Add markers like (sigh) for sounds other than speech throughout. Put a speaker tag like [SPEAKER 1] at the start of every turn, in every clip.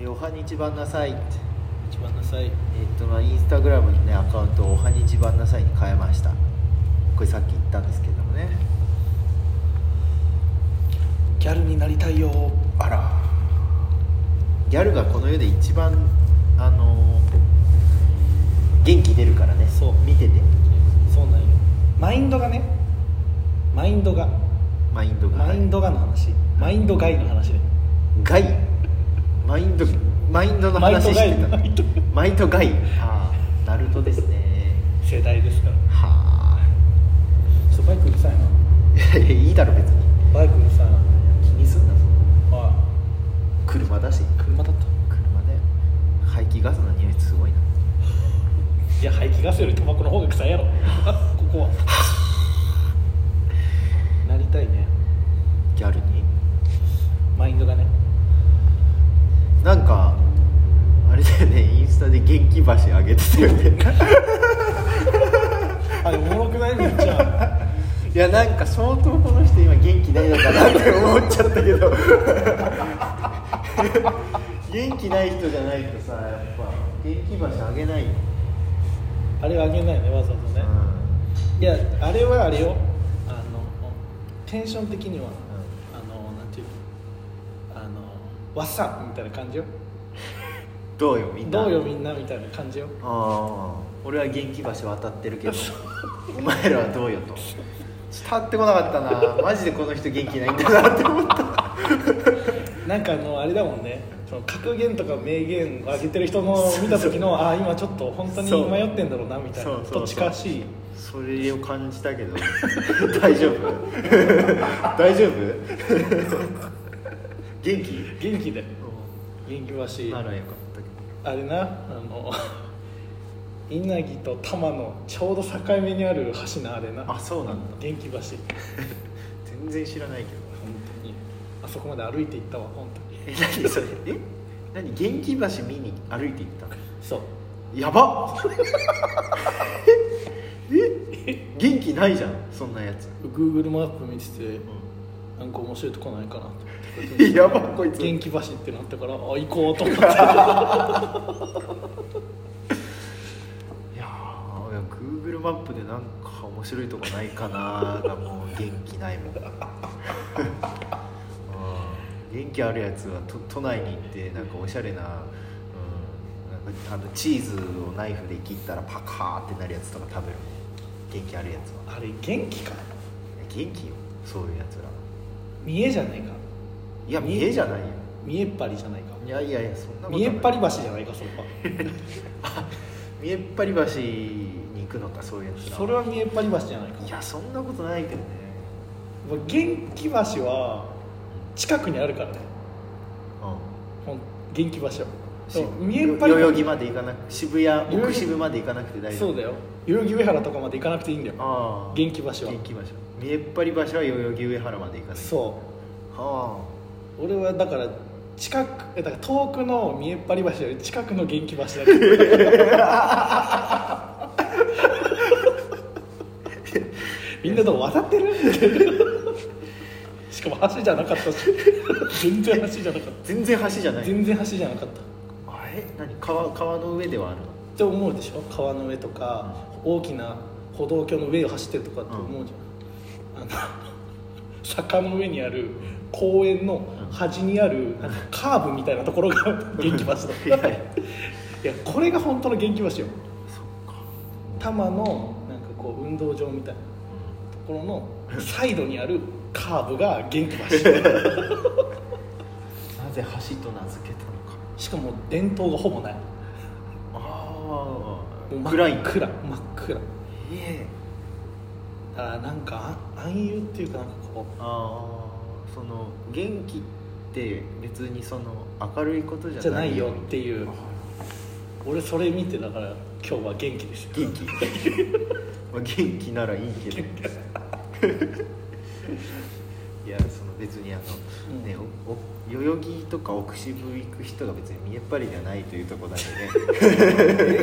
[SPEAKER 1] えおはにちばんなさいって
[SPEAKER 2] 一番なさい
[SPEAKER 1] えっとまあインスタグラムのねアカウントをおはにちばんなさいに変えましたこれさっき言ったんですけどもね
[SPEAKER 2] ギャルになりたいよ
[SPEAKER 1] あらギャルがこの世で一番あのー元気出るからね
[SPEAKER 2] そう
[SPEAKER 1] 見てて
[SPEAKER 2] そうなんよマインドがねマインドが
[SPEAKER 1] マインドが
[SPEAKER 2] マインドがの話マインド外の話で
[SPEAKER 1] 外マインドマインドの話してた
[SPEAKER 2] マインド外
[SPEAKER 1] マインド外ああナルトですね
[SPEAKER 2] 世代ですから
[SPEAKER 1] はあ
[SPEAKER 2] ちょっとバイクうるさいな
[SPEAKER 1] や
[SPEAKER 2] い
[SPEAKER 1] いやいいだろ別に
[SPEAKER 2] バイクうるさいな
[SPEAKER 1] 気にすんなそんな
[SPEAKER 2] あ
[SPEAKER 1] 車だし
[SPEAKER 2] 車だった
[SPEAKER 1] 車で排気ガスの匂いすごいない
[SPEAKER 2] や排気ガスよりタバコの方が臭いやろあ (laughs) ここ (laughs) はなりたいね
[SPEAKER 1] ギャルに
[SPEAKER 2] マインドがね
[SPEAKER 1] なんかあれだよねインスタで元気橋上げてたよね
[SPEAKER 2] あれおもろくないめっちゃ
[SPEAKER 1] いやなんか相当この人今元気ないのかなって思っちゃったけど元気ない人じゃないとさやっぱ元気橋上げないよ、
[SPEAKER 2] (laughs) あれはあげないねわざわざね、いやあれはあれよあのテンション的には、あのなんていうのあのわっさみたいな感じよ
[SPEAKER 1] どうよみんな
[SPEAKER 2] どうよみんなみたいな感じよ
[SPEAKER 1] ああ俺は元気橋渡ってるけどお前らはどうよと (laughs) 伝わってこなかったなマジでこの人元気ないんだなって思った
[SPEAKER 2] なんかあのあれだもんねその格言とか名言を上げてる人の見た時のああ今ちょっと本当に
[SPEAKER 1] そう
[SPEAKER 2] 迷ってんだろうなみたい
[SPEAKER 1] そ
[SPEAKER 2] な
[SPEAKER 1] うそうそう
[SPEAKER 2] と近しい
[SPEAKER 1] それを感じたけど (laughs) 大丈夫大丈夫 (laughs) 元気
[SPEAKER 2] 元気で元気ばし
[SPEAKER 1] ならよかったけど
[SPEAKER 2] あれなあの稲城と玉のちょうど境目にある橋なあれな
[SPEAKER 1] あそうなんだ
[SPEAKER 2] 元気橋本
[SPEAKER 1] 全然知らないけど
[SPEAKER 2] 当にあそこまで歩いていったわ本当
[SPEAKER 1] え
[SPEAKER 2] に
[SPEAKER 1] 何それえ何元気橋見に歩いて行ったの
[SPEAKER 2] そう
[SPEAKER 1] やば (laughs) ええ元気ないじゃんそんなやつ
[SPEAKER 2] Google マップ見ててなんか面白いとこないかなと思っ (laughs)
[SPEAKER 1] (laughs)
[SPEAKER 2] て
[SPEAKER 1] やばこいつ
[SPEAKER 2] 元気橋ってなったからあ行こうと (laughs) 思って
[SPEAKER 1] いやーいや Google マップでなんか面白いとこないかなー
[SPEAKER 2] (laughs)
[SPEAKER 1] がもう元気ないもんうん元気あるやつは都都内に行ってなんかおしゃれな,、うん、なんかあのチーズをナイフで切ったらパカーってなるやつとか食べる元気あるやつは
[SPEAKER 2] あれ元気か
[SPEAKER 1] いや元気よそういうやつら
[SPEAKER 2] 見えじゃないか
[SPEAKER 1] いや見えじゃないよ
[SPEAKER 2] 見えっぱりじゃないか
[SPEAKER 1] いやいやいやそんなことない
[SPEAKER 2] 見えっぱり橋じゃないかそれは
[SPEAKER 1] 見えっぱり橋に行くのかそういうやつら
[SPEAKER 2] それは見えっぱり橋じゃないか
[SPEAKER 1] いやそんなことないけどね
[SPEAKER 2] 元気橋は近くにあるからね
[SPEAKER 1] うん
[SPEAKER 2] ほん元気橋は
[SPEAKER 1] し
[SPEAKER 2] そう見えっぱり
[SPEAKER 1] 代々木
[SPEAKER 2] 橋
[SPEAKER 1] まで行かなく渋谷
[SPEAKER 2] 代々
[SPEAKER 1] 奥
[SPEAKER 2] 木
[SPEAKER 1] 渋まで行かなくて大丈夫
[SPEAKER 2] そうだよ代々木上原とかまで行かなくていいんだよ
[SPEAKER 1] ああ
[SPEAKER 2] 元気橋は
[SPEAKER 1] 元気橋見えっぱり橋は代々木上原まで行かない
[SPEAKER 2] そ
[SPEAKER 1] は
[SPEAKER 2] う俺はだから近くえだから遠くの見えっぱり橋より近くの元気橋だけどみんなどう渡ってるしかも橋じゃなかったし全然橋じゃなかっ
[SPEAKER 1] あ全然橋じゃな
[SPEAKER 2] た
[SPEAKER 1] い
[SPEAKER 2] 全然橋じゃなかった
[SPEAKER 1] あれ何川川の上ではあるの
[SPEAKER 2] って思うでしょ川の上とか大きな歩道橋の上を走ってるとかって思うじゃん、あの坂の上にある公園の端にあるなんかカーブみたいなところが元気橋
[SPEAKER 1] (laughs) いや
[SPEAKER 2] だいやこれが本当の元気橋よ
[SPEAKER 1] そっか
[SPEAKER 2] 多摩のなんかこう運動場みたいなところのサイドにあるカーブが元気橋
[SPEAKER 1] (laughs) なぜ橋と名付けたのか
[SPEAKER 2] しかも伝統がほぼない
[SPEAKER 1] あ
[SPEAKER 2] もう
[SPEAKER 1] あ
[SPEAKER 2] 真っ
[SPEAKER 1] 暗いんだ
[SPEAKER 2] 暗真っ暗
[SPEAKER 1] ええ
[SPEAKER 2] あなんかあ暗喩っていうかなんかこう
[SPEAKER 1] ああその元気って別にその明るいことじ
[SPEAKER 2] じ
[SPEAKER 1] ゃ
[SPEAKER 2] ゃな
[SPEAKER 1] ないい
[SPEAKER 2] よ
[SPEAKER 1] よ
[SPEAKER 2] っていう俺それ見てだから今日は元気ですよ
[SPEAKER 1] 元 (laughs) 気まあ元気ならいいけどいやその別にあの、
[SPEAKER 2] うん
[SPEAKER 1] ねおお代々木とか奥渋行く人が別に見えっ張りではないというところなんで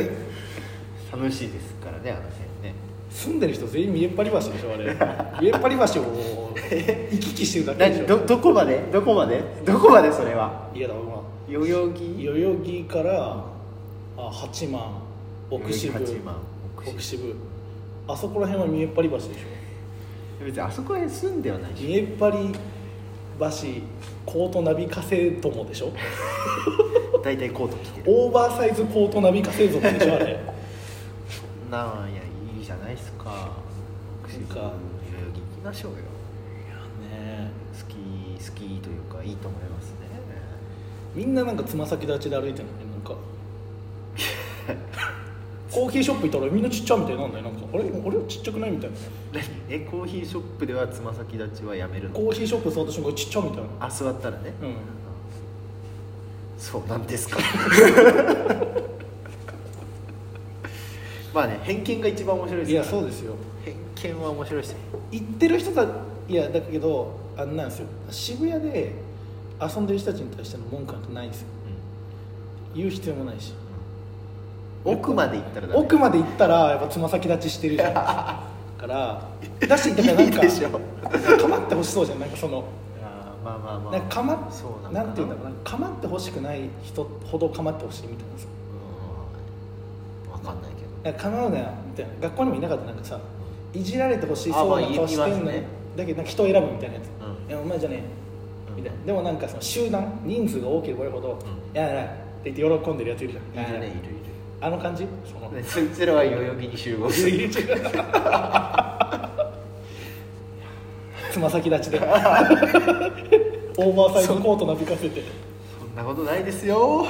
[SPEAKER 1] ね (laughs) 楽しいですからねあの線ね (laughs)
[SPEAKER 2] 住んでる人全員見えっ張り橋でしょあれ見えっ張り橋をそう行き来してるだけ
[SPEAKER 1] 何
[SPEAKER 2] でしょ
[SPEAKER 1] どどこまでどこまでどこまでそれはい
[SPEAKER 2] やだまあ
[SPEAKER 1] 代々木
[SPEAKER 2] 代々木からあ八幡奥渋
[SPEAKER 1] 代々木八幡奥渋
[SPEAKER 2] 奥渋あそこら辺は見えっ張り橋でしょ
[SPEAKER 1] 別にあそこへ住んではないし
[SPEAKER 2] 見えっ張り橋コートナビカセとも
[SPEAKER 1] (laughs)
[SPEAKER 2] でしょ
[SPEAKER 1] 大体コート着てる
[SPEAKER 2] オーバーサイズコートナビカセ族でしょ
[SPEAKER 1] (laughs)
[SPEAKER 2] あ
[SPEAKER 1] なん
[SPEAKER 2] れ
[SPEAKER 1] やいいじゃないっすか奥渋
[SPEAKER 2] いいか
[SPEAKER 1] 代々木行きましょうよ
[SPEAKER 2] ね
[SPEAKER 1] スキースキーというかいいと思いますね
[SPEAKER 2] みんななんかつま先立ちで歩いてるのねなんかコーヒーショップ行ったらみんなちっちゃみたいになんだよなんかあれ俺はちっちゃくないみたいな
[SPEAKER 1] 何えコーヒーショップではつま先立ちはやめるの
[SPEAKER 2] コーヒーショップ座った瞬間ちっちゃみたいな
[SPEAKER 1] あ座ったらね、
[SPEAKER 2] うん
[SPEAKER 1] そうなん (laughs) ですかまあね偏見が一番面白い
[SPEAKER 2] い
[SPEAKER 1] で
[SPEAKER 2] や
[SPEAKER 1] すから
[SPEAKER 2] そうですよ
[SPEAKER 1] 偏見は面白いし
[SPEAKER 2] 行ってる人たいやだけどあんなんですよ渋谷で遊んでる人たちに対しての文句なんてないんですよ言う必要もないし
[SPEAKER 1] 奥まで行ったらダメ
[SPEAKER 2] 奥まで行ったらやっぱつま先立ちしてるじゃん (laughs) からだしだからなん
[SPEAKER 1] い
[SPEAKER 2] か
[SPEAKER 1] いでしょ
[SPEAKER 2] かまってほしそうじゃんなんかその
[SPEAKER 1] あーまあまあまあ
[SPEAKER 2] なんかかま
[SPEAKER 1] そうなのかな
[SPEAKER 2] なんていうんだろうなかまってほしくない人ほどかまってほしいみたいなんですよ
[SPEAKER 1] うん分かんないけど
[SPEAKER 2] なんか構うなよみたいな学校にもいなかったなんかさいじられてほしいそうな顔してん
[SPEAKER 1] あまあいま
[SPEAKER 2] のに、
[SPEAKER 1] すね
[SPEAKER 2] だけどなんか人を選ぶみたいなやつ、
[SPEAKER 1] うん
[SPEAKER 2] いやお前じゃねえ、
[SPEAKER 1] うん
[SPEAKER 2] みたいなでもなんかその集団人数が多ければ多いほど、
[SPEAKER 1] う
[SPEAKER 2] やだなって言って喜んでるやついるじゃん
[SPEAKER 1] いるね
[SPEAKER 2] やだな
[SPEAKER 1] る
[SPEAKER 2] い
[SPEAKER 1] いる
[SPEAKER 2] あの感じその、
[SPEAKER 1] ねそいつらは代々木に集合する
[SPEAKER 2] (laughs) つま先立ちで
[SPEAKER 1] (laughs)
[SPEAKER 2] オーバーサイズコートなびかせて
[SPEAKER 1] そんなことないですよ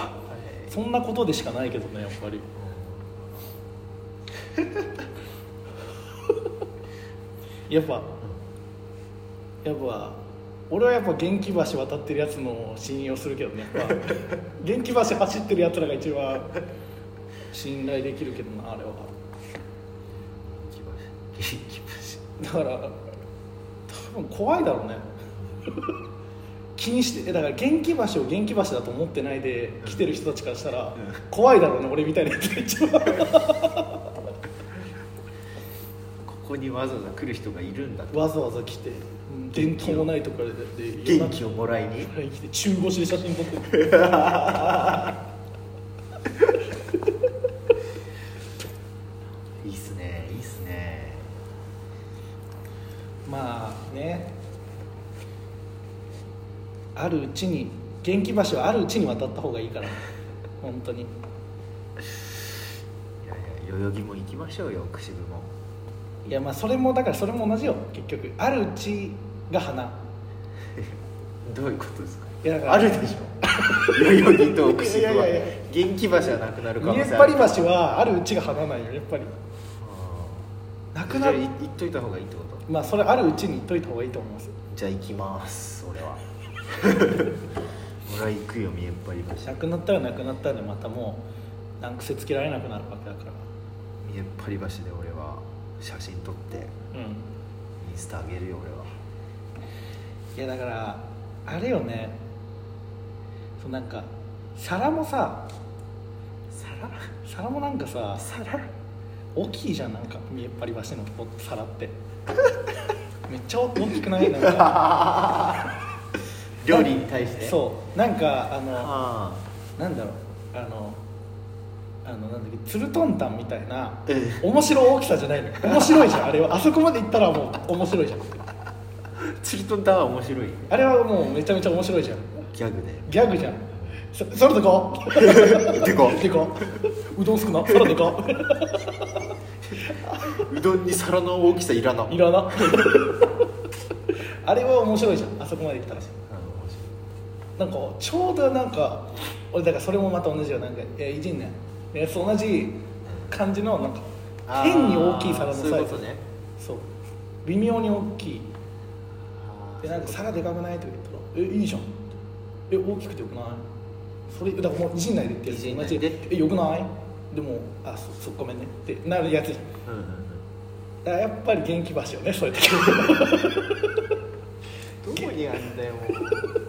[SPEAKER 2] そんなことでしかないけどねやっぱりやっぱやっぱ俺はやっぱ元気橋渡ってるやつの信用するけどねや
[SPEAKER 1] (laughs)
[SPEAKER 2] っぱ元気橋走ってるやつらが一番信頼できるけどなあれは
[SPEAKER 1] 行きましょう行きましょ
[SPEAKER 2] だから多分怖いだろうね気にしてえだから元気橋を元気橋だと思ってないで来てる人たちからしたら、怖いだろうね俺みたいなやつが一
[SPEAKER 1] う
[SPEAKER 2] 番
[SPEAKER 1] ここにわざわざ来る人がいるんだと
[SPEAKER 2] わざわざ来てうん伝統もないところでで
[SPEAKER 1] 元気をもらいに
[SPEAKER 2] 来て中腰で写真撮ってる
[SPEAKER 1] いいっすねいいっすね
[SPEAKER 2] まあねあるうちに元気橋はあるうちに渡った方がいいから本当に
[SPEAKER 1] いやいや代々木も行きましょうよ奥渋も
[SPEAKER 2] いやまあそれもだからそれも同じよ結局あるうちが花
[SPEAKER 1] どういうことですか
[SPEAKER 2] いやだから
[SPEAKER 1] あるで
[SPEAKER 2] (laughs)
[SPEAKER 1] しょ代々木と奥渋はい
[SPEAKER 2] やいやいや
[SPEAKER 1] 元気橋はなくなる可能
[SPEAKER 2] 見えっ
[SPEAKER 1] 性
[SPEAKER 2] 張
[SPEAKER 1] あ
[SPEAKER 2] り
[SPEAKER 1] る
[SPEAKER 2] 橋はあるうちが花なんよやっぱり
[SPEAKER 1] あ
[SPEAKER 2] な
[SPEAKER 1] ー
[SPEAKER 2] くな
[SPEAKER 1] じ
[SPEAKER 2] る
[SPEAKER 1] ゃあい行っといた方がいいってこと
[SPEAKER 2] まあそれあるうちに言っといた方がいいと思います
[SPEAKER 1] じゃあ行きます俺
[SPEAKER 2] (laughs)
[SPEAKER 1] は俺は行くよ見えっ張り橋
[SPEAKER 2] なくなったらなくなったでまたもう何癖つけられなくなるわけだから
[SPEAKER 1] 見えっ張り橋で俺は写真撮って
[SPEAKER 2] うん
[SPEAKER 1] インスタ上げるよ俺はい
[SPEAKER 2] やだからあれよねそうなんか皿もさ
[SPEAKER 1] 皿
[SPEAKER 2] 皿もなんかさ
[SPEAKER 1] 皿
[SPEAKER 2] 大きいじゃんなんか見えっ張り橋のとこ皿って
[SPEAKER 1] (laughs)
[SPEAKER 2] めっちゃ大きくないなんか
[SPEAKER 1] (laughs) 料理に対してう
[SPEAKER 2] そうなんかあの
[SPEAKER 1] あ
[SPEAKER 2] なんだろうあのあのなんだっけつるとんたんみたいな
[SPEAKER 1] え
[SPEAKER 2] 面白大きさじゃないのよ面白いじゃんあれはあそこまで行ったらもう面白いじゃん
[SPEAKER 1] あチルトンタワー面白いね
[SPEAKER 2] あれはもうめちゃめちゃ面白いじゃん
[SPEAKER 1] ギャグで
[SPEAKER 2] ギャグじゃんそそれでこ
[SPEAKER 1] で (laughs) こ
[SPEAKER 2] うでこううどん少なそれでこ
[SPEAKER 1] (laughs) うどんに皿の大きさいらな
[SPEAKER 2] ういらなあれは面白いじゃんあそこまで行ったら
[SPEAKER 1] あの面白い
[SPEAKER 2] なんかちょうどなんか俺だからそれもまた同じよなんかいやいじんなよいやそう同じ感じのなんか
[SPEAKER 1] あー
[SPEAKER 2] 変に大きい皿のサイズ
[SPEAKER 1] そういうことね
[SPEAKER 2] そう微妙に大きい
[SPEAKER 1] あー
[SPEAKER 2] でなんか皿でかくないとか言ったら「えいいじゃん」え大きくてよくない?」それだからもういじんないでってや
[SPEAKER 1] いじ
[SPEAKER 2] つ
[SPEAKER 1] ん
[SPEAKER 2] 同
[SPEAKER 1] ない
[SPEAKER 2] じ
[SPEAKER 1] で
[SPEAKER 2] で「えよくない?」でも「あそそごめんね」ってなるやつじゃん
[SPEAKER 1] うんうんうん
[SPEAKER 2] だからやっぱり元気橋よねそういう時
[SPEAKER 1] どこにあんだよもう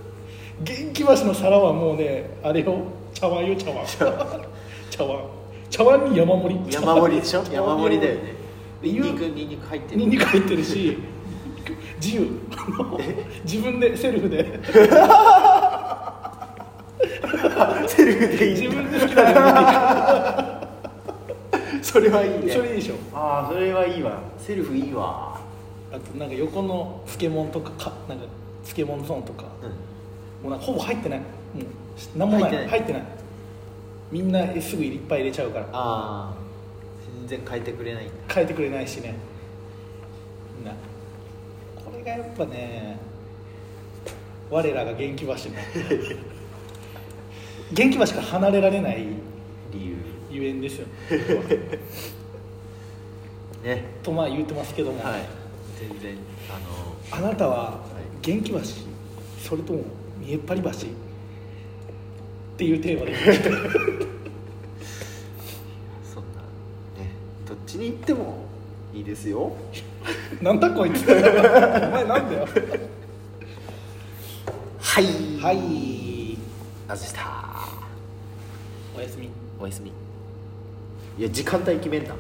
[SPEAKER 2] 元気橋の皿はもうねあれよ茶碗よ
[SPEAKER 1] (laughs)
[SPEAKER 2] 茶碗茶碗茶碗に山盛り
[SPEAKER 1] (laughs) 山盛りでしょ
[SPEAKER 2] 茶碗に
[SPEAKER 1] 山盛りだよね
[SPEAKER 2] で
[SPEAKER 1] ニンニク
[SPEAKER 2] 言う
[SPEAKER 1] ニンニク入ってる
[SPEAKER 2] ニンニク入ってるし自由あの自分でセルフで
[SPEAKER 1] セルフでい
[SPEAKER 2] 自
[SPEAKER 1] いんだ
[SPEAKER 2] 分で好きなの
[SPEAKER 1] (laughs)
[SPEAKER 2] に
[SPEAKER 1] それはいいね
[SPEAKER 2] それいいでしょ
[SPEAKER 1] ああそれはいいわセルフいいわ
[SPEAKER 2] あとなんか横の漬物とかかなんか漬物ゾーンとか
[SPEAKER 1] う
[SPEAKER 2] もうなんかほぼ入ってないもう何もな
[SPEAKER 1] 入っ
[SPEAKER 2] い
[SPEAKER 1] てない
[SPEAKER 2] 入ってないみんなえすぐいっぱい入れちゃうから
[SPEAKER 1] ああ全然変えてくれないんだ
[SPEAKER 2] 変えてくれないしねみんなこれがやっぱね我らが
[SPEAKER 1] (laughs)
[SPEAKER 2] 元気橋の元気橋から離れられない
[SPEAKER 1] 理由
[SPEAKER 2] ゆえんですよ
[SPEAKER 1] ね
[SPEAKER 2] とまあ言ってますけども、
[SPEAKER 1] はい全然あの
[SPEAKER 2] あなたはい元気橋それとも見えっ張り橋っていうテー
[SPEAKER 1] (laughs)
[SPEAKER 2] マで
[SPEAKER 1] そんなねどっちに行ってもいいですよ
[SPEAKER 2] なんだこいつお前なんだよ
[SPEAKER 1] はい
[SPEAKER 2] はい
[SPEAKER 1] なぜした
[SPEAKER 2] おやすみ
[SPEAKER 1] おやすみいや時間帯決めんな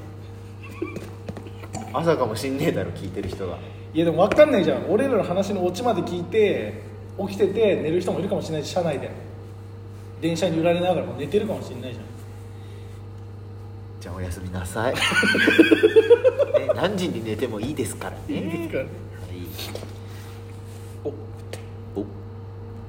[SPEAKER 1] 朝かもしんねえだろ聞いてる人が
[SPEAKER 2] いやでも分かんないじゃん俺らの話のオチまで聞いて起きてて寝る人もいるかもしれないし車内で電車に揺られながらも寝てるかもしれないじゃん
[SPEAKER 1] じゃあおやすみなさ (laughs) い、ね、何時に寝てもいいですからね
[SPEAKER 2] いいですから
[SPEAKER 1] はい